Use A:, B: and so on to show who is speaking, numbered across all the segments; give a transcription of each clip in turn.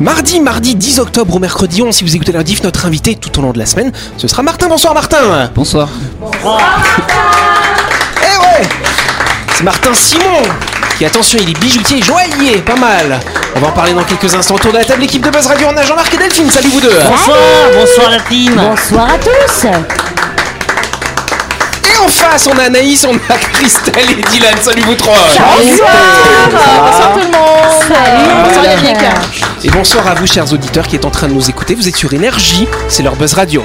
A: Mardi, mardi 10 octobre au mercredi 11, si vous écoutez l'Ardif, notre invité tout au long de la semaine, ce sera Martin. Bonsoir Martin
B: Bonsoir.
A: Eh ouais C'est Martin Simon qui, attention, il est bijoutier et joaillier, pas mal. On va en parler dans quelques instants. Autour de la table, l'équipe de Buzz Radio, on a Jean-Marc et Delphine. Salut vous deux
C: Bonsoir, bonsoir la team.
D: Bonsoir à tous
A: Et en face, on a Anaïs, on a Christelle et Dylan. Salut vous trois
E: Bonsoir tout le monde Bonsoir
D: Salut.
E: Yannick
A: Et bonsoir à vous, chers auditeurs qui êtes en train de nous écouter. Vous êtes sur Énergie, c'est leur Buzz Radio.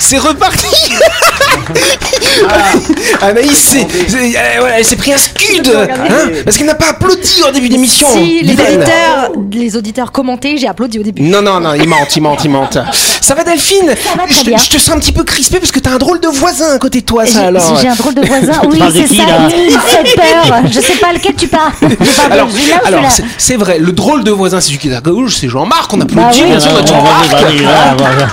A: C'est reparti Anaïs, c'est- c'est- euh, voilà, elle s'est pris un scud hein, Parce qu'elle n'a pas applaudi en début d'émission
E: Si, les
A: Dylan.
E: auditeurs, les auditeurs commentaient, j'ai applaudi au début.
A: Non, non, non, il mente, il mente, il mente. Ça va Delphine
D: va très
A: je, te-
D: bien.
A: je te sens un petit peu crispée parce que t'as un drôle de voisin à côté de toi,
D: J'ai
A: ça alors.
D: j'ai un drôle de voisin. Oui,
C: parles de
D: c'est
C: qui,
D: ça.
C: là
D: Il fait peur. Je sais pas lequel tu parles. J'ai pas
A: Alors,
D: je suis là ou
A: alors,
D: celui-là
A: c'est- c'est vrai, le drôle de voisin, c'est celui qui est à gauche, c'est Jean-Marc, on applaudit,
D: Bah oui.
A: bien sûr, on a Jean-Marc.
C: Bonsoir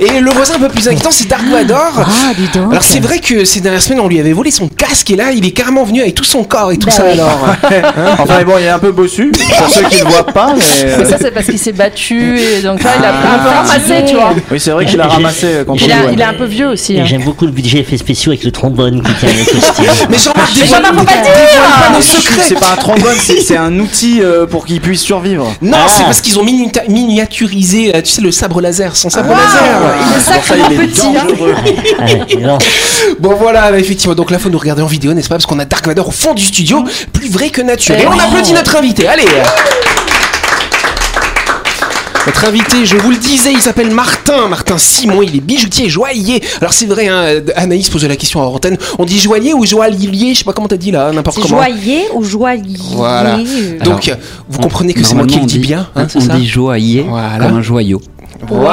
A: Et le voisin un peu plus inquiétant, c'est Dark Vador.
D: Ah, dis donc.
A: Alors c'est vrai que ces dernières semaines on lui avait volé son casque et là il est carrément venu avec tout son corps et tout
D: Bah
A: ça
D: oui.
A: alors.
F: Enfin bon, il est un peu bossu, pour ceux qui ne voient pas, mais... euh,
A: euh,
E: Mais ça, c'est parce qu'il s'est battu et donc là, il a un peu
D: Ah.
E: ramassé, tu vois.
F: Oui, c'est vrai qu'il a ramassé euh, quand on
E: Il,
F: le
E: a,
F: voit.
E: il est un peu vieux aussi. hein.
C: J'aime beaucoup le budget effet spéciaux avec le trombone qui tient le costume.
A: Mais Jean-Marc dévoile
E: Jean-Marc, faut pas dire
A: dévoile pas nos
F: Chut,
A: secrets.
F: C'est pas un trombone, c'est c'est un outil euh, pour qu'il puisse survivre.
A: Non,
C: Ah.
A: c'est parce qu'ils ont minuta- miniaturisé, euh, tu sais, le sabre laser, son sabre
F: Ah.
A: laser.
E: Il est sacrément
F: il est
E: petit. hein.
C: Ah ouais, non.
A: Bon voilà, bah, effectivement, donc là faut nous regarder en vidéo, n'est-ce pas Parce qu'on a Dark Vador au fond du studio, plus vrai que nature. Et
E: Eh
A: on
E: oui.
A: applaudit notre invité, allez Notre invité, je vous le disais, il s'appelle Martin, Martin Simon, il est bijoutier et joaillier. Alors c'est vrai, hein, Anaïs posait la question à antenne, on dit joaillier ou joaillier, je sais pas comment t'as dit là, n'importe
E: C'est
A: comment.
E: joaillier ou joaillier
A: Voilà. Donc euh, vous comprenez que c'est moi qui le
B: Normalement, on
A: dis
B: dit-
A: bien, hein, c'est
B: On
A: ça
B: dit joaillier
A: Voilà.
B: comme un joyau.
A: Waouh.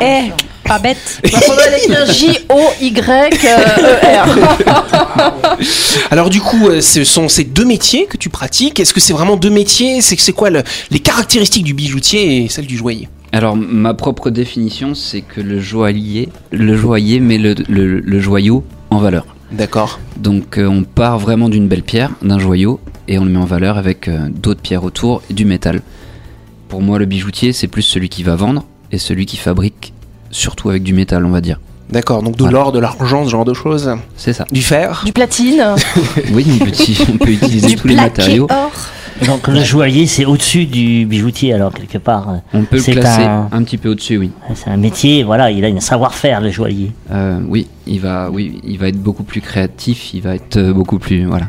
E: Eh, pas bête.
A: Il
E: faudrait écrire euh, J-O-Y-E-R.
A: Alors du coup, euh, ce sont ces deux métiers que tu pratiques. Est-ce que c'est vraiment deux métiers C'est c'est quoi le- les caractéristiques du bijoutier et celles du joaillier
B: Alors, ma propre définition, c'est que le joaillier, le joaillier met le, le- le joyau en valeur.
A: D'accord.
B: Donc, euh, on part vraiment d'une belle pierre, d'un joyau, et on le met en valeur avec euh, d'autres pierres autour et du métal. Pour moi, le bijoutier, c'est plus celui qui va vendre et celui qui fabrique, surtout avec du métal, on va dire.
A: D'accord, donc de
B: Voilà.
A: l'or, de l'argent, ce genre de choses.
B: C'est ça.
A: Du fer
E: Du platine,
B: Oui, on peut, on peut utiliser tous les
E: plaqué
B: matériaux.
E: or.
C: Donc le joaillier, c'est au-dessus du bijoutier, alors quelque part.
B: On peut le
C: C'est
B: classer
C: un-
B: un petit peu au-dessus, oui.
C: C'est un métier, voilà, il a un savoir-faire, le joaillier.
B: Euh, oui, il va, oui, il va être beaucoup plus créatif, il va être euh, beaucoup plus, voilà.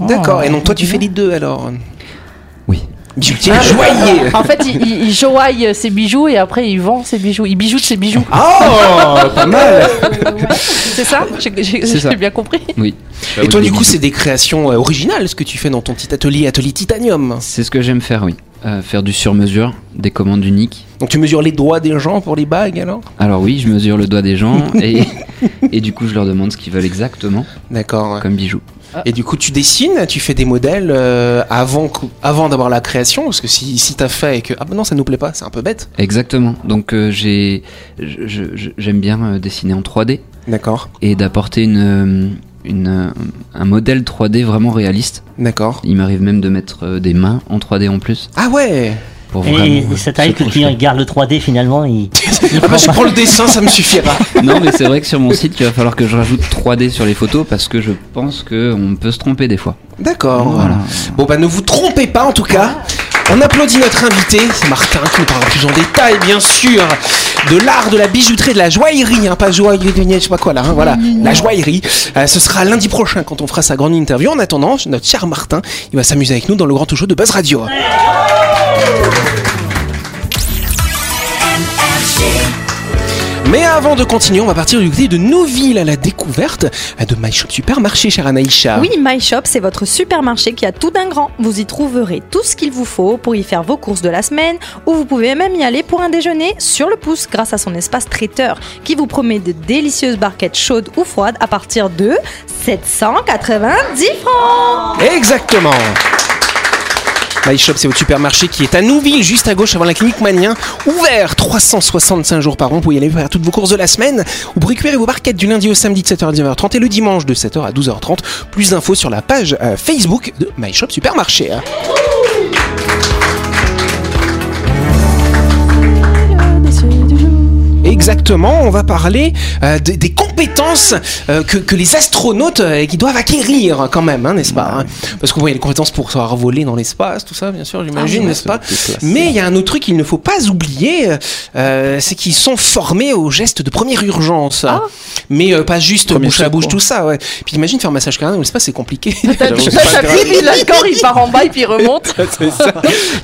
A: D'accord, et donc toi tu fais les deux alors
B: Oui.
A: Bijoutier et joaillier
E: En fait, il, il, il joaille ses bijoux et après il vend ses bijoux. Il bijoute ses bijoux.
A: Oh Pas mal
E: C'est ça J'ai- J'ai
B: C'est ça.
E: j'ai bien compris.
B: Bah Oui.
A: Et toi du coup c'est des créations euh, originales ce que tu fais dans ton petit atelier, atelier titanium.
B: C'est ce que j'aime faire, oui. Euh, faire du sur-mesure, des commandes uniques.
A: Donc tu mesures les doigts des gens pour les bagues alors
B: Alors oui, je mesure le doigt des gens et, et du coup je leur demande ce qu'ils veulent exactement
A: D'accord. ouais.
B: comme bijoux.
A: Et du coup, tu dessines, tu fais des modèles euh, avant, que- avant d'avoir la création, parce que si, si t'as fait et que ah bah non ça nous plaît pas, c'est un peu bête.
B: Exactement. Donc euh, j'ai, je- je- je- j'aime bien euh, dessiner en 3D
A: D'accord,
B: et d'apporter une, euh, une, euh, un modèle 3D vraiment réaliste.
A: d'accord.
B: Il m'arrive même de mettre euh, des mains en 3D en plus
A: Ah ouais.
B: pour vraiment.
C: Et
B: euh,
C: ça t'arrive
B: se
C: que le client
B: projeter.
C: il garde le 3D finalement, il,
A: Ah
C: il
A: bah,
C: prend
A: je
C: pas.
A: prends le dessin, ça me suffira.
B: Non, mais c'est vrai que sur mon site, il va falloir que je rajoute 3D sur les photos parce que je pense qu'on peut se tromper des fois.
A: D'accord. Bon bah ne vous trompez pas en tout cas. On applaudit notre invité, c'est Martin qui nous parlera plus en détail bien sûr de l'art de la bijouterie, de la joaillerie, hein, pas joaillerie, je sais pas quoi là, hein, voilà, la joaillerie. Euh, ce sera lundi prochain quand on fera sa grande interview. En attendant, notre cher Martin, il va s'amuser avec nous dans le grand tout show de Buzz Radio. Mais avant de continuer, on va partir du côté de Nouville à la découverte de My Shop Supermarché, chère Anaïcha.
G: Oui, My Shop, c'est votre supermarché qui a tout d'un grand. Vous y trouverez tout ce qu'il vous faut pour y faire vos courses de la semaine ou vous pouvez même y aller pour un déjeuner sur le pouce grâce à son espace traiteur qui vous promet de délicieuses barquettes chaudes ou froides à partir de 790 francs.
A: Exactement. My Shop, c'est votre supermarché qui est à Nouville, juste à gauche avant la clinique Manien, ouvert 365 jours par an pour y aller faire toutes vos courses de la semaine ou pour récupérer vos barquettes du lundi au samedi de 7h à 19h30 et le dimanche de 7h à 12h30. Plus d'infos sur la page euh, Facebook de My Shop Supermarché. hein. Exactement, on va parler euh, des, des compétences euh, que, que les astronautes euh, qui doivent acquérir quand même, hein, n'est-ce pas hein Parce qu'on voit il y a les compétences pour savoir voler dans l'espace, tout ça, bien sûr,
F: Ah
A: j'imagine, n'est-ce pas Mais il y a un autre truc qu'il ne faut pas oublier, euh, c'est qu'ils sont formés aux gestes de première urgence. Mais euh, pas juste
F: Premier
A: bouche à bouche,
F: secours.
A: tout ça, ouais. Puis imagine faire un massage cardiaque dans l'espace, c'est compliqué.
E: T'as
F: J'avoue,
E: tout
F: c'est
E: ça,
F: pas
E: ça
F: grave.
E: dribble, il a le corps, il part en bas et puis il remonte.
A: c'est ça.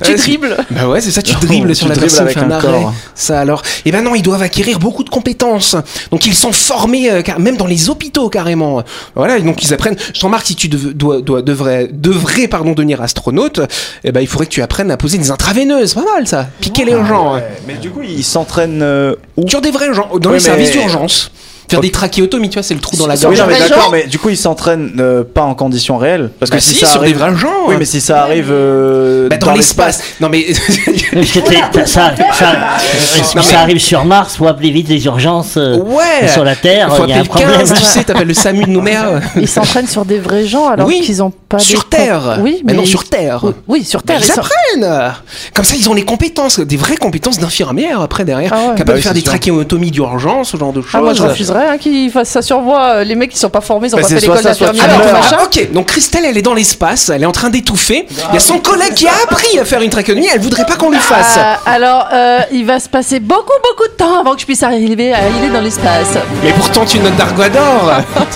E: Tu dribbles.
A: Bah ouais, c'est ça, tu
F: Non,
A: dribbles
F: tu
A: sur la
F: dribbles
A: personne,
F: avec
A: fais un
F: un
A: arrêt.
F: corps.
A: Ça alors. Et ben non, ils doivent acquérir beaucoup de compétences. Donc ils sont formés, euh, car- même dans les hôpitaux carrément. Voilà, et donc ils apprennent. Je t'en marque, si tu dev- dois, dois- devrais, devrais pardon, devenir astronaute, eh ben, il faudrait que tu apprennes à poser des intraveineuses. C'est pas mal ça. Piquer
F: Ah,
A: les gens. hein.
F: Mais du coup, ils s'entraînent euh, où
A: Sur des vrais gens, dans
F: Ouais,
A: les services
F: mais-
A: d'urgence. Faire des trachéotomies, tu vois, c'est le trou dans la
E: Sur
F: Oui,
A: gorge.
E: des
F: non, mais
E: vrais
F: d'accord,
E: gens
F: mais du coup, ils s'entraînent euh, pas en conditions réelles. Parce que
A: Bah
F: si,
A: si,
F: ça
A: sur des
F: arrive...
A: vrais gens. hein.
F: Oui, mais si ça arrive euh,
A: Bah, dans, l'espace. Non mais.
C: Parce que t'es- t'as- ça, ça- euh,
A: mais-
C: ça arrive sur Mars, faut appeler vite les urgences euh,
A: ouais.
C: sur la Terre,
A: Faut
C: il y a un
A: appeler le
C: problème.
A: 15, tu sais, t'appelles le SAMU de Nouméa.
E: Ils s'entraînent sur des vrais gens alors
A: Oui,
E: qu'ils ont pas
A: Sur
E: des-
A: Terre
E: Oui,
A: mais,
E: mais
A: non, sur Terre
E: Oui, oui, sur Terre.
A: ils
E: ils sont-
A: apprennent Comme ça, ils ont les compétences, des vraies compétences d'infirmière après derrière,
E: Ah ouais.
A: capables
F: Bah
A: de
F: oui,
A: faire
F: c'est
A: des
F: sûr.
A: trachéotomies d'urgence, ce genre de choses.
E: Ah, moi je refuserais hein, qu'ils fassent ça sur moi, euh, les mecs qui sont pas formés, ils ont
F: Bah,
E: pas
F: c'est
E: fait l'école
F: soit ça, soit tu
E: d'infirmière,
A: Alors,
F: meurs.
E: machin.
A: ah, ok, donc Christelle, elle est dans l'espace, elle est en train d'étouffer. Il y a son collègue qui a appris à faire une trachéotomie, elle voudrait pas qu'on lui fasse.
E: Euh, alors, euh, il va se passer beaucoup, beaucoup de temps avant que je puisse arriver à il est dans l'espace.
A: Mais pourtant, tu notes d'Arguador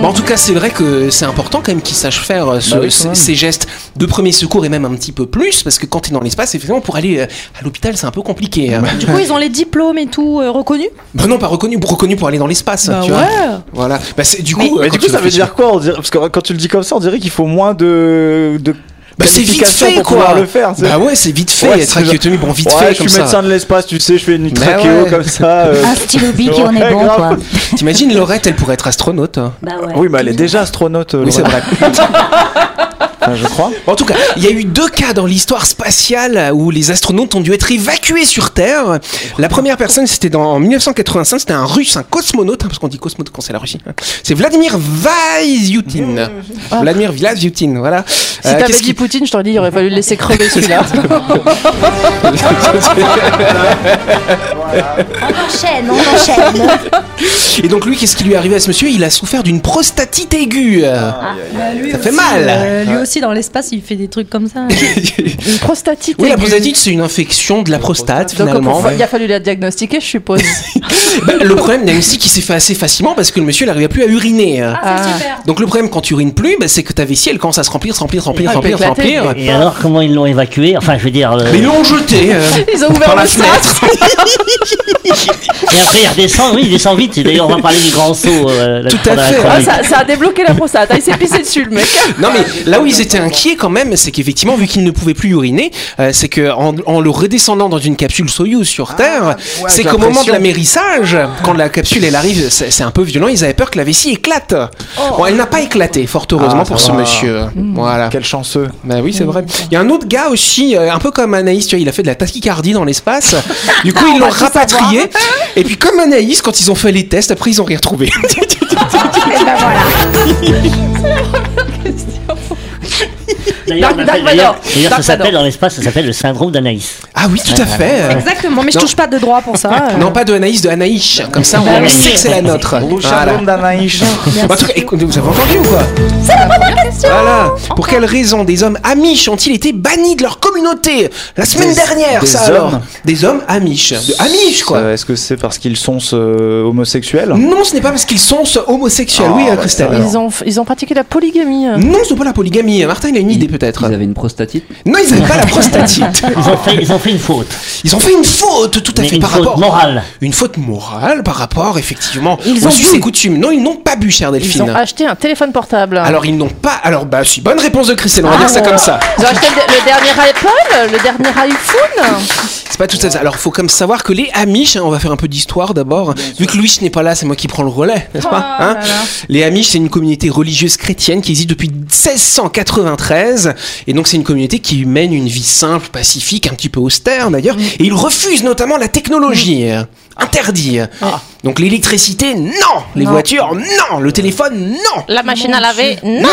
A: Bah, en tout cas, c'est vrai que c'est important quand même qu'ils sachent faire euh, ce-
F: Bah oui, quand
A: ce-
F: même.
A: ces gestes de premier secours et même un petit peu plus, parce que quand t'es dans l'espace, effectivement, pour aller euh, à l'hôpital, c'est un peu compliqué. hein.
G: Du coup, ils ont les diplômes et tout euh, reconnus.
A: Bah non, pas reconnu, reconnu pour aller dans l'espace,
E: Ah, Bah
A: tu vois.
E: Euh,
A: Voilà. Bah c'est du coup. euh,
F: Mais
A: quand
F: du coup,
A: tu
F: ça veut
A: réfléchis-
F: dire quoi on dirait- Parce que quand tu le dis comme ça, on dirait qu'il faut moins de. de
A: Bah c'est vite
F: qualifications
A: fait
F: pour
A: quoi.
F: pouvoir le faire. tu sais.
A: Bah ouais, c'est vite fait.
F: Ouais,
A: la
F: c'est
A: trachéotomie, bon, vite
F: ouais,
A: fait
F: je
A: comme
F: suis
A: ça.
F: médecin de l'espace, tu sais, je fais une
A: Bah
F: trachéo
A: ouais.
F: comme ça. euh,
D: Un stylo bic et on est
F: Ouais,
D: bon,
F: grave.
D: quoi.
A: T'imagines, Laurette, elle pourrait être astronaute. hein.
D: Bah ouais.
F: Oui, mais elle est déjà astronaute. euh,
A: Oui, c'est
F: Laura.
A: vrai.
F: Enfin, je crois.
A: En tout cas, il y a eu deux cas dans l'histoire spatiale où les astronautes ont dû être évacués sur Terre. La première personne, c'était dans- en 1985, c'était un russe, un cosmonaute, hein, parce qu'on dit cosmonaute quand c'est la Russie. hein. C'est Vladimir Vaizhutin. Vladimir Vaizhutin, voilà.
E: Ah. Si
A: Euh,
E: t'avais
A: qu'est-ce
E: dit
A: qu'il-
E: Poutine, je t'aurais dit, il aurait fallu le laisser crever celui-là.
D: On enchaîne, on enchaîne.
A: Et donc lui, qu'est-ce qui lui est arrivé à ce monsieur Il a souffert d'une prostatite aiguë.
D: Ah.
A: Ça fait mal.
G: Euh, lui aussi, dans l'espace, il fait des trucs comme ça.
E: Une prostatite.
A: Oui, la
E: aiguë.
A: prostatite, c'est une infection de la prostate,
E: Donc,
A: finalement.
E: il a fallu la diagnostiquer, je suppose.
A: Bah, le problème d'un MC qui s'est fait assez facilement parce que le monsieur n'arrivait plus à uriner. hein.
E: Ah,
A: Donc le problème quand tu urines plus, bah, c'est que ta vessie elle commence à se remplir, se remplir, se remplir,
E: Ah,
A: se remplir, se
E: elle peut éclater.
A: remplir.
C: Et alors, comment ils l'ont évacué Enfin, je veux dire. euh,
A: Mais ils l'ont jeté euh,
E: Ils ont ouvert
A: par la
E: le sas.
A: fenêtre.
C: Et après, il redescend, oui, il descend vite. Et D'ailleurs, on va parler du grand saut. euh, la-
A: Tout à
C: dans la
A: fait.
E: Ah,
C: chronique.
E: ça, ça a débloqué la prostate. Ah, il s'est pissé dessus, le mec.
A: Non mais là où ils étaient inquiets quand même, c'est qu'effectivement vu qu'ils ne pouvaient plus uriner, euh, c'est que en, en le redescendant dans une capsule Soyuz
E: Ah,
A: sur Terre, c'est
F: avec la
A: qu'au moment de
F: pression.
A: l'amérissage, quand la capsule elle arrive, c'est c'est un peu violent, ils avaient peur que la vessie éclate.
E: Oh.
A: Bon, elle n'a pas éclaté, fort heureusement
F: Ah,
A: pour
F: ça
A: ce
F: va.
A: monsieur.
E: Hmm.
A: Voilà.
F: Quel chanceux.
A: Bah oui, c'est vrai. Il y a un autre gars aussi, euh, un peu comme Anaïs, tu vois, il a fait de la tachycardie dans l'espace. Du coup, ils l'ont rapatrié. Et puis, comme Anaïs, quand ils ont fait les tests, après, ils ont rien trouvé. Ah,
C: D'ailleurs,
E: Dark-
C: on
E: Dark
C: appelle- d'ailleurs-
E: Vador.
C: d'ailleurs,
E: Dark
C: ça s'appelle
E: Vador.
C: dans l'espace, ça s'appelle le syndrome d'Anaïs.
A: ah oui, tout à fait. Euh,
G: Exactement, mais je touche pas de droit pour ça. euh.
A: Non, pas de Anaïs, de Anaïs.
F: Bah
A: Comme ça, on
C: oui.
A: sait que c'est la nôtre. Voilà.
F: Voilà. d'Anaïs.
A: En tout cas, écoutez, vous avez entendu ou quoi C'est la bonne question Voilà. Pour quelle raison des hommes amish ont-ils été bannis de leur communauté la semaine
F: Des-
A: dernière
F: des
A: ça, alors
F: hommes
A: Des hommes amish. De amish, quoi.
F: Euh, Est-ce que c'est parce qu'ils sont euh, homosexuels
A: Non, ce n'est pas parce qu'ils sont homosexuels.
F: Ah,
A: oui,
F: bah,
A: Christelle.
F: ça,
E: Ils ont, ils ont pratiqué la polygamie.
A: Non, ce n'est pas la polygamie. Martin, il a une idée peut-être.
B: Ils avaient une prostatite.
A: Non, ils n'avaient pas la prostatite.
C: Ils ont fait, ils ont fait une faute.
A: Ils ont fait une faute tout Ah. à
C: Mais
A: fait
C: une
A: par
C: faute
A: rapport.
C: morale.
A: Une faute morale par rapport, effectivement,
E: Ils
A: aux
E: ont
A: us
E: bu.
A: et coutumes. Non, ils n'ont pas bu, chère
E: Ils
A: Delphine.
E: ont acheté un téléphone portable.
A: Alors, ils n'ont pas. Alors, bah, si, bonne réponse de Christelle, on
E: Ah.
A: va dire ça comme ça.
E: Ils ont acheté le, le dernier Apple, le dernier iPhone.
A: C'est pas tout à fait ça. Alors, faut comme savoir que les Amish, hein, on va faire un peu d'histoire d'abord. Vu que Louis n'est pas là, c'est moi qui prends le relais, n'est-ce pas hein Les Amish, c'est une communauté religieuse chrétienne qui existe depuis 1693. Et donc, c'est une communauté qui mène une vie simple, pacifique, un petit peu austère d'ailleurs. Et ils refusent notamment la technologie. euh, Interdit. Donc, l'électricité, non Les voitures, non Le téléphone, non
E: La machine à laver, non,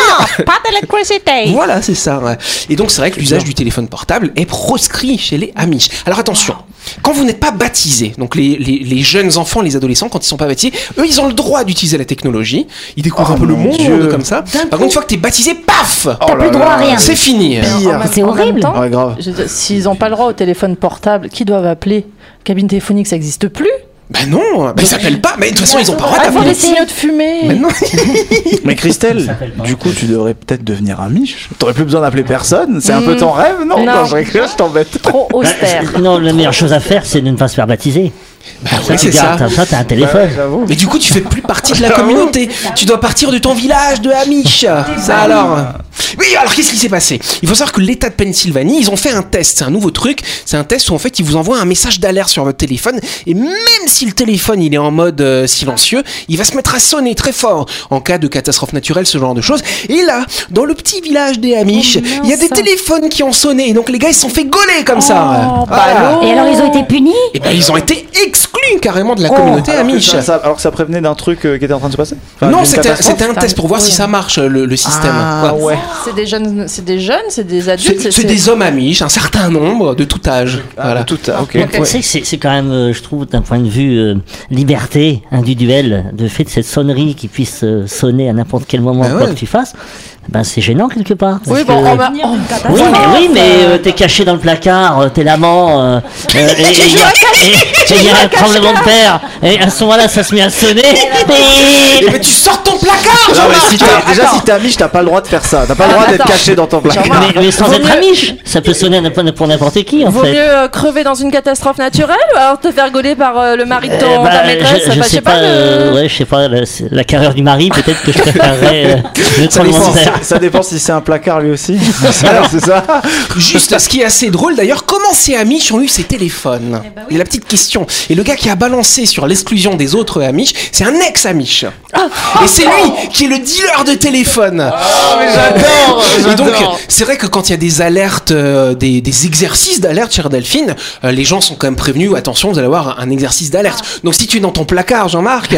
E: pas d'électricité.
A: Voilà, c'est ça. ouais. Et donc, c'est vrai que l'usage du téléphone portable est proscrit chez les Amish. Alors, attention, quand vous n'êtes pas baptisé, donc les, les- les jeunes enfants, les adolescents, quand ils sont pas baptisés, eux, ils ont le droit d'utiliser la technologie. Ils découvrent un peu le monde
F: Dieu.
A: comme ça. Par contre, une fois que t'es baptisé, paf
D: T'as plus droit à rien. Ah,
A: C'est fini.
D: C'est horrible.
F: Ouais, grave.
E: Je- S'ils n'ont pas le droit au téléphone portable, qui doivent appeler Cabine téléphonique, ça n'existe plus.
A: Bah non, bah, ils s'appellent pas. Mais de toute façon, ils ont pas le droit
E: Ah, faut
A: d'appeler.
E: les signaux de fumée.
A: Mais non.
F: Mais Christelle,
C: s'appelle pas.
F: du coup, tu devrais peut-être devenir amiche. T'aurais plus besoin d'appeler personne. C'est un
D: Hmm.
F: peu ton rêve, non
E: Non.
F: Quand je rigole, je t'embête.
E: Trop austère.
C: Bah, Non, la meilleure chose à faire, c'est de ne pas se faire baptiser.
A: Bah oui,
C: tu
A: c'est ça.
C: gardes comme ça, t'as un téléphone.
F: J'avoue.
A: Mais du coup, tu fais plus partie de la communauté. Tu dois partir de ton village de Hamish. Ça alors Oui, alors qu'est-ce qui s'est passé Il faut savoir que l'État de Pennsylvanie, ils ont fait un test. C'est un nouveau truc. C'est un test où en fait, ils vous envoient un message d'alerte sur votre téléphone. Et même si le téléphone, il est en mode euh, silencieux, il va se mettre à sonner très fort en cas de catastrophe naturelle, ce genre de choses. Et là, dans le petit village des Hamish,
E: Oh, mince.
A: il y a des téléphones qui ont sonné. Et donc les gars, ils se sont fait gauler comme ça.
E: Oh,
A: Voilà.
E: ballot.
D: Et alors, ils ont été punis
A: Et ben, ils ont été exclus carrément
E: Oh.
A: de la communauté
F: alors, que
A: Amish.
F: ça, ça- alors que ça prévenait d'un truc euh, qui était en train de se passer Enfin,
A: non,
F: d'une
A: c'était
F: catastrophe
A: c'était un test pour voir si ça marche euh, le, le système.
F: Ah
A: Ouais.
F: ouais.
E: C'est des jeunes, c'est des jeunes, c'est des
A: C'est
E: adultes.
A: c'est des hommes amiches, un certain nombre, de tout âge.
F: Ah,
A: voilà.
F: Tout, ah, ok.
C: Donc, tu sais que c'est c'est quand même, euh, je trouve, d'un point de vue euh, liberté individuelle, de fait de cette sonnerie qui puisse euh, sonner à n'importe quel moment,
A: Ben
C: quoi
A: ouais.
C: que tu fasses, ben c'est gênant quelque part. parce
E: Oui, bon,
C: que-
E: on Ah, va-
G: Venir d'une catastrophe.
C: Oui, mais, oui, mais euh, t'es caché dans le placard, euh, t'es l'amant, euh, euh, et- et il y a- et- et il y a un tremblement de terre, et à ce moment-là, ça se met à sonner. et-
A: Eh, Mais tu sors ton placard,
F: Non, mais
A: Ah, Jean-Marc
F: si t'as- déjà, si t'es amiche, t'as pas le droit de faire ça. T'as pas le droit d'être
E: attends.
F: caché dans ton placard.
C: Mais, mais sans
E: Vaut
C: être
E: mieux-
C: amiche, ça peut sonner à n'importe- pour n'importe qui en
E: Vaut
C: fait.
E: mieux euh, crever dans une catastrophe naturelle ou alors te faire gauler par euh, le mari de
C: Euh,
E: ton,
C: bah,
E: ta maîtresse
C: je, je
E: bah,
C: sais pas, euh,
E: le-
C: ouais, je sais pas, la, c'est- la carrière du mari, peut-être que je préférerais euh, le
F: Ça dépend,
C: tremblement de terre.
F: si- ça dépend si c'est un placard lui aussi. Alors c'est ça.
A: Juste ce qui est assez drôle d'ailleurs, comment ces Amish ont eu ces téléphones Et la petite question. Et le gars qui a balancé sur l'exclusion des autres Amish, c'est un ex-Amish. Et c'est lui qui est le dealer de téléphone.
F: Ah, J'adore.
A: Et donc, c'est vrai que quand il y a des alertes, euh, des, des exercices d'alerte, chère Delphine, euh, les gens sont quand même prévenus, attention, vous allez avoir un exercice d'alerte. Donc, si tu es dans ton placard, Jean-Marc,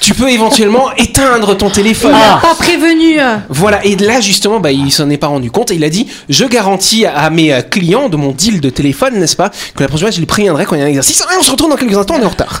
A: tu peux éventuellement éteindre ton téléphone.
E: Ah.
G: Pas prévenu.
A: Voilà, et là, justement, bah, il s'en est pas rendu compte et il a dit, je garantis à mes euh, clients de mon deal de téléphone, n'est-ce pas, que la prochaine fois, je les préviendrai quand il y a un exercice. Ah, on se retrouve dans quelques instants, on est en retard.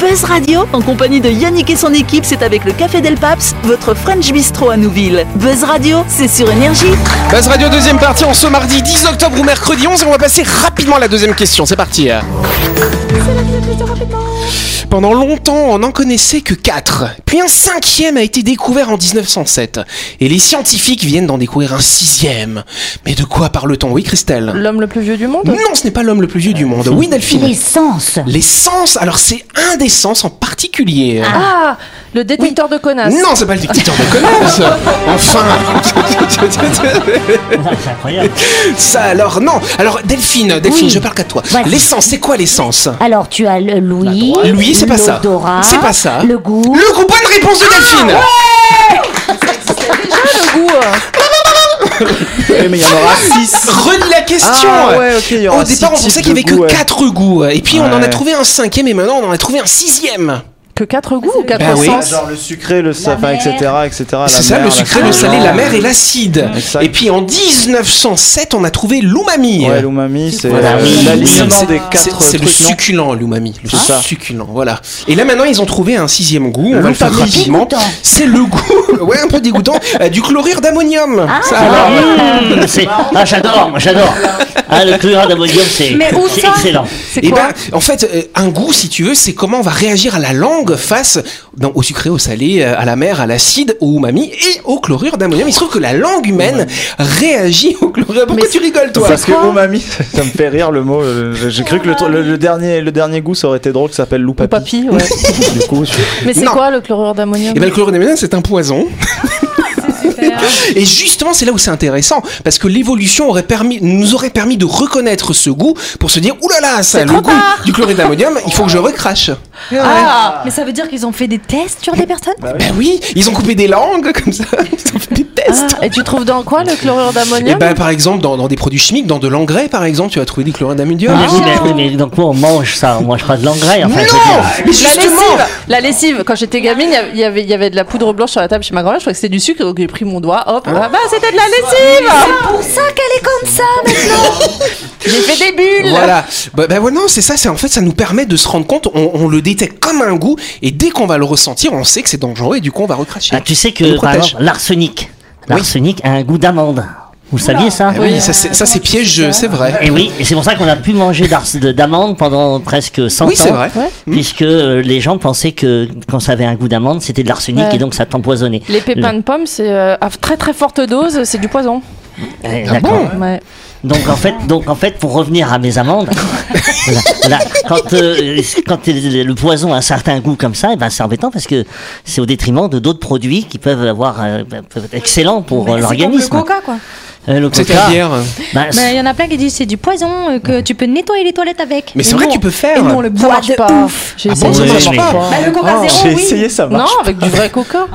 H: Buzz Radio, en compagnie de Yannick et son équipe, c'est avec le Café Del Paps, votre French Bistro à Nouville. Buzz Radio, c'est sur Énergie.
A: Buzz Radio, deuxième partie, en ce mardi 10 octobre ou mercredi 11, et on va passer rapidement à la deuxième question. C'est parti. Pendant longtemps, on n'en connaissait que 4. Puis un cinquième a été découvert en 1907. Et les scientifiques viennent d'en découvrir un sixième. Mais de quoi parle-t-on Oui, Christelle
E: L'homme le plus vieux du monde.
A: Non, ce n'est pas l'homme le plus vieux du monde. Oui,
D: Les
A: Delphine
D: sens.
A: Les sens, alors c'est un des sens en particulier.
E: Ah, le détecteur de connasses.
F: ah,
A: Non, c'est pas le dictateur de connasse Enfin
C: Ah, C'est incroyable.
A: Ça alors, non Alors Delphine, Delphine,
D: Oui.
A: je parle qu'à toi.
D: Vas-y.
A: L'essence, c'est quoi l'essence
F: Ah,
D: Alors, tu as le Louis.
A: Louis, c'est pas ça.
D: l'odorat,
A: C'est pas ça.
D: Le goût.
A: Le coup, bonne réponse de
F: Ah,
A: Delphine
E: Le goût. euh.
F: mais il y en aura 6
A: Redis la question
F: Ah, ouais, Oh, ok. il y aura
A: Au
F: six
A: départ, on
F: types
A: pensait
F: de
A: qu'il y avait
F: goûts,
A: que
F: ouais. Ah,
A: 4 goûts. Et puis, on en a
F: Ouais.
A: trouvé un cinquième et maintenant, on en a trouvé un sixième.
E: que quatre goûts ou quatre
A: Bah
F: Ben oui.
E: sens
F: Genre le sucré, le salé, etc. etc. la
A: C'est ça,
F: mer,
A: le
F: la
A: sucré, le salé,
F: salade.
A: la mer et l'acide.
F: Exact.
A: Et puis en 1907, on a trouvé l'umami.
F: Ouais, l'umami, c'est
A: Voilà,
F: euh,
A: oui,
F: l'alignement
A: c'est-
F: des
A: c'est-
F: quatre
A: C'est le
F: trucs, non
A: succulent, l'umami. Le
F: C'est ça.
A: succulent, voilà. Et là maintenant, ils ont trouvé un sixième goût. On va le faire
F: L'umami.
A: rapidement.
F: Dégoûtant.
A: C'est le goût, ouais, un peu dégoûtant, euh, du chlorure d'ammonium.
F: Ah,
A: Ça, alors.
C: Mmh, c'est- ah, j'adore, moi, j'adore. Ah, le chlorure d'ammonium, c'est
A: Mais où
C: c'est
A: ça
C: excellent.
A: Eh ben, en fait, euh, un goût, si tu veux, c'est comment on va réagir à la langue face non, au sucré, au salé, euh, à la mer, à l'acide, au umami et au chlorure d'ammonium. Il se trouve que la langue humaine réagit au chlorure. Pourquoi tu rigoles, toi
F: Parce que umami, ça me fait rire le mot. euh, J'ai cru que le, tr- le- le dernier, le dernier goût, ça aurait été drôle, que ça s'appelle loupapi.
E: Papy, ouais.
F: Du coup, je-
E: Mais c'est
A: Non.
E: quoi le chlorure d'ammonium
A: Et bien, le chlorure c'est un poison. Et justement, c'est là où c'est intéressant, parce que l'évolution aurait permis, nous aurait permis de reconnaître ce goût pour se dire, oulala, là là, ça, le goût du chlorure d'ammonium, il faut que je recrache.
G: Ah, mais ça veut dire qu'ils ont fait des tests sur des personnes
A: Ben oui, ils ont coupé des langues comme ça. Ils ont fait des tests.
E: Ah, Et tu trouves dans quoi le chlorure
A: Et
E: d'ammonium
A: ben par exemple dans, dans des produits chimiques, dans de l'engrais par exemple, tu vas trouver du chlorure
E: Ah.
A: d'ammonium.
C: Mais oui, mais, oui, mais donc moi on mange ça, on mange pas de l'engrais. Enfin, je veux
A: Non
C: dire.
A: Mais
E: La
A: justement
E: lessive, la lessive. Quand j'étais gamine, il y avait, il y avait de la poudre blanche sur la table chez ma grand-mère. Je croyais que c'était du sucre, donc j'ai pris mon doigt, hop, ah bah c'était de la lessive. Ah.
D: Pour ça qu'elle est comme ça maintenant.
E: J'ai fait des bulles.
A: Voilà. Bah, bah ouais, non, c'est ça. C'est en fait, ça nous permet de se rendre compte. On, on le détecte comme un goût, et dès qu'on va le ressentir, on sait que c'est dangereux, et du coup, on va recracher.
C: Ah, tu sais
A: On nous
C: que par
A: protège.
C: exemple l'arsenic, l'arsenic a un goût d'amande. Vous saviez
E: Ah
C: ça
A: Eh oui, ça c'est ça, c'est piégeux, c'est vrai.
C: Et oui, et c'est pour ça qu'on a pu manger d'ars- de- d'amande pendant presque 100 ans.
A: Oui, c'est vrai. Mmh.
C: Puisque euh, les gens pensaient que quand ça avait un goût d'amande, c'était de l'arsenic
E: Ouais.
C: et donc ça t'empoisonnait.
E: Les pépins de pommes, c'est euh, à très très forte dose, c'est du poison.
C: Le-
A: Ah
C: eh, D'accord.
E: Ouais.
C: Donc en fait, donc en fait, pour revenir à mes amandes, voilà, voilà, quand euh, quand le le poison a un certain goût comme ça, eh ben c'est embêtant parce que c'est au détriment de d'autres produits qui peuvent avoir euh, ben, peuvent être excellents pour euh,
G: C'est comme le
C: l'organisme.
G: coca, quoi.
C: Euh, le
A: C'est-à-dire.
C: bah, c'est-
G: Mais il y en a plein qui disent c'est du poison euh, que tu peux nettoyer les toilettes avec.
A: Mais c'est vrai que tu peux faire.
E: Et non, le bois de pas. ouf. J'ai
A: Ah
E: essayé.
A: bon, ça
C: Oui,
A: marche
C: mais-
A: pas.
G: Bah, le coca
E: Ah,
G: zéro,
F: J'ai
G: oui.
F: essayé, ça
E: non,
F: marche.
E: avec du vrai coca.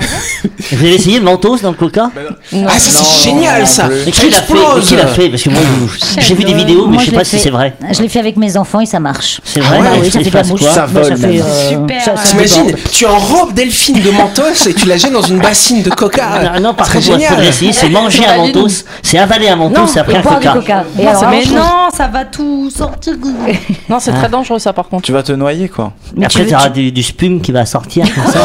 C: Vous avez essayé le mentos dans le coca
A: Ah, ça c'est génial ça.
C: Mais
A: Ça
C: qui l'a fait Mais
A: explose.
C: qui l'a fait Parce que moi, je- j'ai vu des vidéos, mais
D: Euh, Moi,
C: je sais
D: l'ai
C: pas si
D: fait-
C: c'est vrai.
D: Je l'ai fait avec mes enfants et ça marche.
C: C'est vrai
D: Ah
C: Et
D: oui, ça
C: il se
D: fait de la
C: passe
D: mouche.
C: quoi
F: Ça
D: Moi, ça
F: vole,
D: fait,
F: même.
D: euh, ça- ça
A: Ah, T'imagines,
D: déborde.
A: tu enrobes Delphine de mentos et tu la jettes dans une bassine de coca.
C: Ah. bah, Non, non, par
A: C'est
C: contre, moi, ce que
A: génial.
C: j'ai essayé, c'est manger
E: Sur la
C: un
E: lune.
C: mentos, c'est avaler un
D: Non,
C: mentos et après
D: et
C: un
D: boire du
C: coca.
D: coca. Et
G: Mais
D: alors,
G: mais
D: franchement,
G: non, ça va tout sortir.
E: Non, c'est très dangereux ça par contre.
F: Tu vas te noyer, quoi.
D: mais tu
C: Après,
D: veux-
C: il y aura du, du spume qui va sortir. comme ça.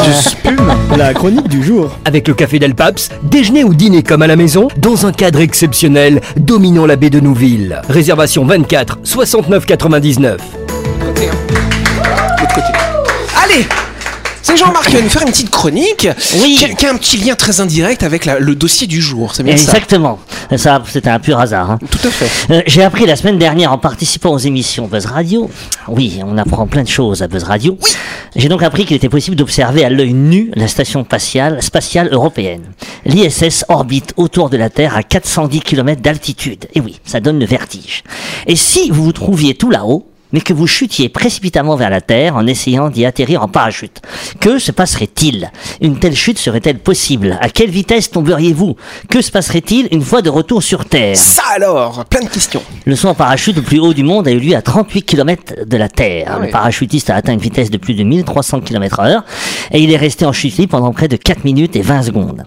I: La chronique du jour.
J: Avec le café Del Paps, déjeuner ou dîner comme à la maison, dans un cadre exceptionnel, dominant la baie de Nouville. Réservation 24 69 99.
A: côté, hein. De l'autre côté. Allez c'est Jean-Marc qui va nous faire une petite chronique
C: Oui.
A: qui, a, qui a un petit lien très indirect avec la- le dossier du jour. C'est bien ça
C: Exactement. Ça, c'était un pur hasard. hein.
A: Tout à fait.
C: Euh, J'ai appris la semaine dernière en participant aux émissions Buzz Radio. Oui, on apprend plein de choses à Buzz Radio. J'ai donc appris qu'il était possible d'observer à l'œil nu la station spatiale, spatiale européenne. L'ISS orbite autour de la Terre à 410 km d'altitude. Et oui, ça donne le vertige. Et si vous vous trouviez tout là-haut, mais que vous chutiez précipitamment vers la Terre en essayant d'y atterrir en parachute. Que se passerait-il Une telle chute serait-elle possible À quelle vitesse tomberiez-vous Que se passerait-il une fois de retour sur Terre
A: Ça alors, plein de questions.
C: le saut en parachute le plus haut du monde a eu lieu à 38 km de la Terre.
A: ouais.
C: Le parachutiste a atteint une vitesse de plus de 1300 km heure et il est resté en chute libre pendant près de 4 minutes et 20 secondes.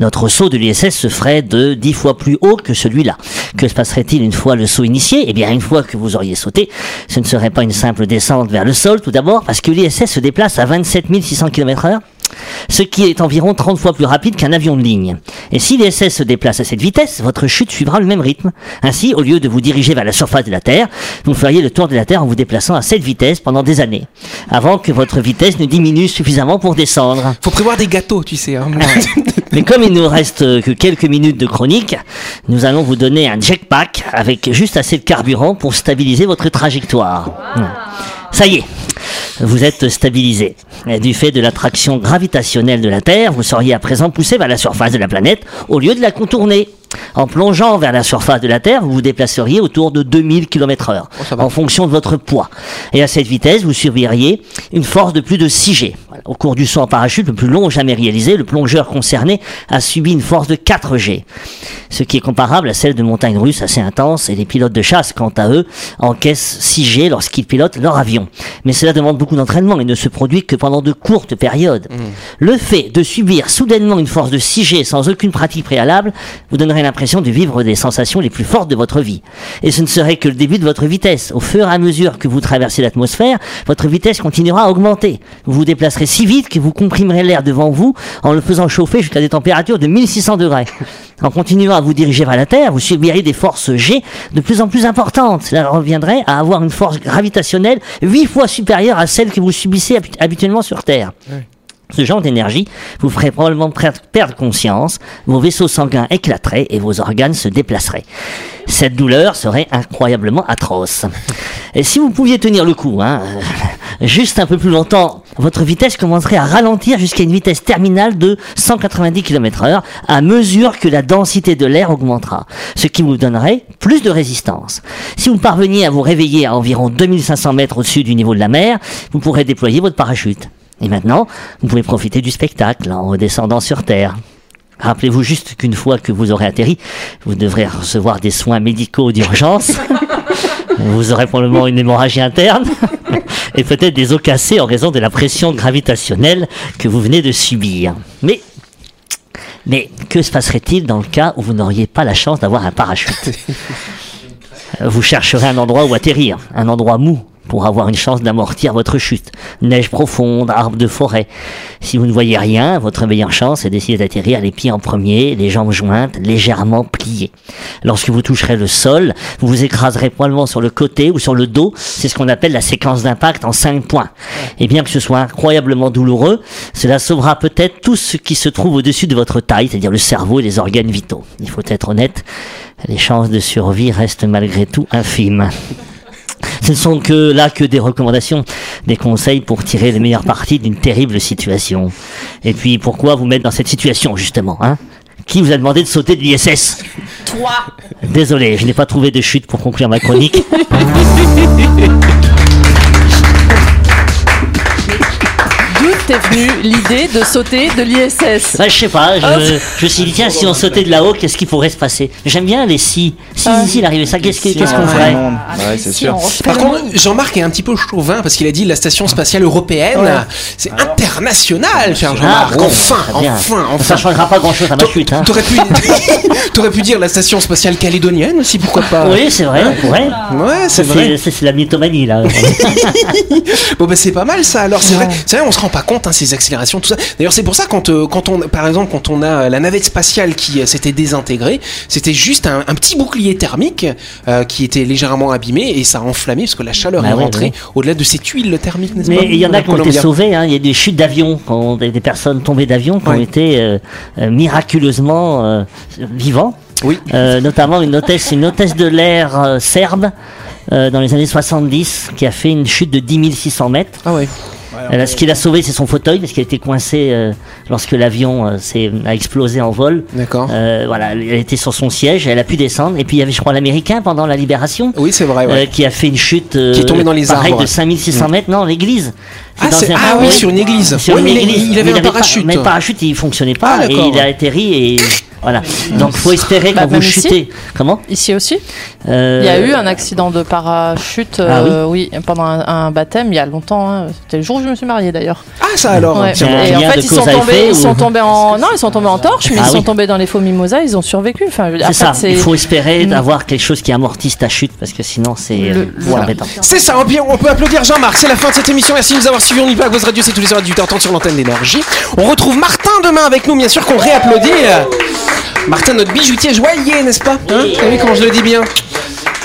C: Notre saut de l'ISS se ferait de 10 fois plus haut que celui-là. Que se passerait-il une fois le saut initié Eh bien, une fois que vous auriez sauté, ce ne serait pas une simple descente vers le sol tout d'abord parce que l'ISS se déplace à 27 600 km heure ce qui est environ 30 fois plus rapide qu'un avion de ligne. Et si l'ISS se déplace à cette vitesse, votre chute suivra le même rythme. Ainsi, au lieu de vous diriger vers la surface de la Terre, vous feriez le tour de la Terre en vous déplaçant à cette vitesse pendant des années, avant que votre vitesse ne diminue suffisamment pour descendre.
A: Faut prévoir des gâteaux, tu sais. hein.
C: Mais comme il nous reste euh, que quelques minutes de chronique, nous allons vous donner un jetpack avec juste assez de carburant pour stabiliser votre trajectoire. Ouais. Ça y est, vous êtes stabilisé. Et Du fait de l'attraction gravitationnelle de la Terre, vous seriez à présent poussé vers la surface de la planète au lieu de la contourner. En plongeant vers la surface de la Terre, vous vous déplaceriez autour de 2000 km/h en fonction de votre poids. Et à cette vitesse, vous subiriez une force de plus de 6 G. Voilà. Au cours du saut en parachute le plus long jamais réalisé, le plongeur concerné a subi une force de 4 G, ce qui est comparable à celle de montagnes russes assez intenses et les pilotes de chasse, quant à eux, encaissent 6 G lorsqu'ils pilotent leur avion. Mais cela demande beaucoup d'entraînement et ne se produit que pendant de courtes périodes. Le fait de subir soudainement une force de 6G sans aucune pratique préalable vous donnerait l'impression de vivre des sensations les plus fortes de votre vie. Et ce ne serait que le début de votre vitesse. Au fur et à mesure que vous traversez l'atmosphère, votre vitesse continuera à augmenter. Vous vous déplacerez si vite que vous comprimerez l'air devant vous en le faisant chauffer jusqu'à des températures de 1600 degrés. En continuant à vous diriger vers la Terre, vous subirez des forces G de plus en plus importantes. Cela reviendrait à avoir une force gravitationnelle 8 fois supérieure à celle que vous subissez hab- habituellement sur Terre. Ce genre d'énergie vous ferait probablement per- perdre conscience, vos vaisseaux sanguins éclateraient et vos organes se déplaceraient. Cette douleur serait incroyablement atroce. Et si vous pouviez tenir le coup, hein, euh, juste un peu plus longtemps, votre vitesse commencerait à ralentir jusqu'à une vitesse terminale de 190 km heure à mesure que la densité de l'air augmentera, ce qui vous donnerait plus de résistance. Si vous parveniez à vous réveiller à environ 2500 mètres au-dessus du niveau de la mer, vous pourrez déployer votre parachute. Et maintenant, vous pouvez profiter du spectacle en redescendant sur Terre. Rappelez-vous juste qu'une fois que vous aurez atterri, vous devrez recevoir des soins médicaux d'urgence. vous aurez probablement une hémorragie interne et peut-être des os cassés en raison de la pression gravitationnelle que vous venez de subir. Mais mais que se passerait-il dans le cas où vous n'auriez pas la chance d'avoir un parachute Vous chercherez un endroit où atterrir, un endroit mou pour avoir une chance d'amortir votre chute. Neige profonde, arbres de forêt. Si vous ne voyez rien, votre meilleure chance est d'essayer d'atterrir les pieds en premier, les jambes jointes, légèrement pliées. Lorsque vous toucherez le sol, vous vous écraserez probablement sur le côté ou sur le dos. C'est ce qu'on appelle la séquence d'impact en 5 points. Et bien que ce soit incroyablement douloureux, cela sauvera peut-être tout ce qui se trouve au-dessus de votre taille, c'est-à-dire le cerveau et les organes vitaux. Il faut être honnête, les chances de survie restent malgré tout infimes. Ce ne sont que là que des recommandations, des conseils pour tirer les meilleures parties d'une terrible situation. Et puis pourquoi vous mettre dans cette situation justement, hein Qui vous a demandé de sauter de l'ISS
E: Toi
C: Désolé, je n'ai pas trouvé de chute pour conclure ma chronique.
E: D'où t'es venue l'idée de sauter de l'ISS
C: Bah, je sais pas, je, je me suis dit, tiens, si on sautait de là-haut, qu'est-ce qui pourrait se passer J'aime bien les si. Si, si, si, l'arrivée, ça, qu'est-ce que- qu'est-ce qu'on ferait
A: Ah,
F: Ouais, c'est sûr.
A: Par contre, Jean-Marc est un petit peu chauvin parce qu'il a dit la station spatiale européenne. C'est international, cher Jean-Marc.
C: Ah, bon, bah,
A: enfin,
C: très bien.
A: enfin, enfin.
C: Ça changera pas grand-chose à ma chute, hein.
A: T'aurais pu, t'aurais pu dire la station spatiale calédonienne aussi, pourquoi pas
C: Oui, c'est vrai, on pourrait.
A: Ouais, c'est
C: Ça,
A: vrai.
C: C'est c'est la mythomanie, là.
A: Bon bah c'est pas mal ça. Alors c'est vrai, c'est vrai, on se rend pas compte hein, ces accélérations, tout ça. D'ailleurs c'est pour ça quand euh, quand on, par exemple quand on a euh, la navette spatiale qui euh, s'était désintégrée, c'était juste un, un petit bouclier thermique euh, qui était légèrement abîmé et ça a enflammé parce que la chaleur
C: Bah
A: est
C: ouais,
A: rentrée
C: ouais.
A: au-delà de ces tuiles thermiques, n'est-ce pas
C: Mais il y en a qui ont été
A: Colombien.
C: sauvés, hein. il y a des chutes d'avions, quand des, des personnes tombées d'avion qui ont
A: Ouais.
C: été euh, euh, miraculeusement euh, vivants.
A: Oui.
C: Euh, notamment une hôtesse, une hôtesse de l'air euh, serbe euh, dans les années 70 qui a fait une chute de 10 600 mètres.
A: Ah ouais.
C: Elle a- ce qui l'a sauvé, c'est son fauteuil parce qu'il a été coincé euh, lorsque l'avion euh, s'est- a explosé en vol.
A: D'accord.
C: Euh, voilà, elle était sur son siège, elle a pu descendre. Et puis il y avait, je crois, l'américain pendant la libération.
A: Oui, c'est vrai. ouais.
C: Euh, qui a fait une chute euh,
A: Qui est tombé dans les
C: pareil,
A: arbres.
C: de 5600 mètres non l'église C'est
A: Ah,
C: dans
A: c'est-
C: un-
A: ah oui, sur une église.
C: sur
A: Oui,
C: une
A: mais il-
C: église
A: il avait
C: Mais
A: un
C: pas-
A: parachute.
C: mais le parachute il fonctionnait pas
A: Ah,
C: et
A: d'accord, Ah,
C: il a
A: ouais.
C: atterri et voilà donc faut espérer
E: Bah,
C: quand vous
E: même ici.
C: chutez comment
E: Ici aussi
C: Euh,
E: Il y a eu un accident de parachute,
C: Ah
E: euh, oui. pendant un, un baptême, il y a longtemps. hein. C'était le jour où je me suis mariée d'ailleurs.
C: Euh,
A: Ah ça alors.
E: Ouais.
A: tiens.
C: un
E: Et en
C: lien
E: fait,
C: de
E: ils
C: cause
E: sont,
C: à
E: tombés,
C: effet,
E: ils
C: ou-
E: sont tombés en. Non, ils sont tombés en torche, mais
C: Ah
E: ils
C: oui.
E: sont tombés dans les faux mimosas, ils ont survécu. Enfin, je veux dire,
C: c'est
E: en
C: ça
E: fait,
C: il faut espérer d'avoir quelque chose qui amortisse ta chute parce que sinon c'est euh, c'est embêtant
A: C'est ça, on peut- on peut applaudir Jean-Marc, c'est la fin de cette émission, merci de nous avoir suivis, on y va, Buzz Radio, c'est tous les soirs à 18h30 sur l'antenne d'énergie. On retrouve Martin demain avec nous, bien sûr qu'on réapplaudit. euh, Martin, notre bijoutier joyeux, n'est-ce pas hein T'as vu comment je le dis bien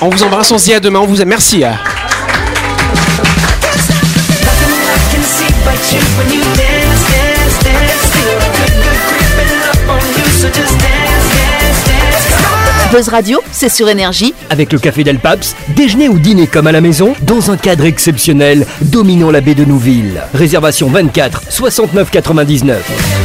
A: On vous embrasse, on se dit à demain, on vous aime, merci. euh.
H: Buzz Radio, c'est sur énergie
J: Avec le café Del Paps, déjeuner ou dîner comme à la maison, dans un cadre exceptionnel dominant la baie de Nouville. Réservation 24 69 99.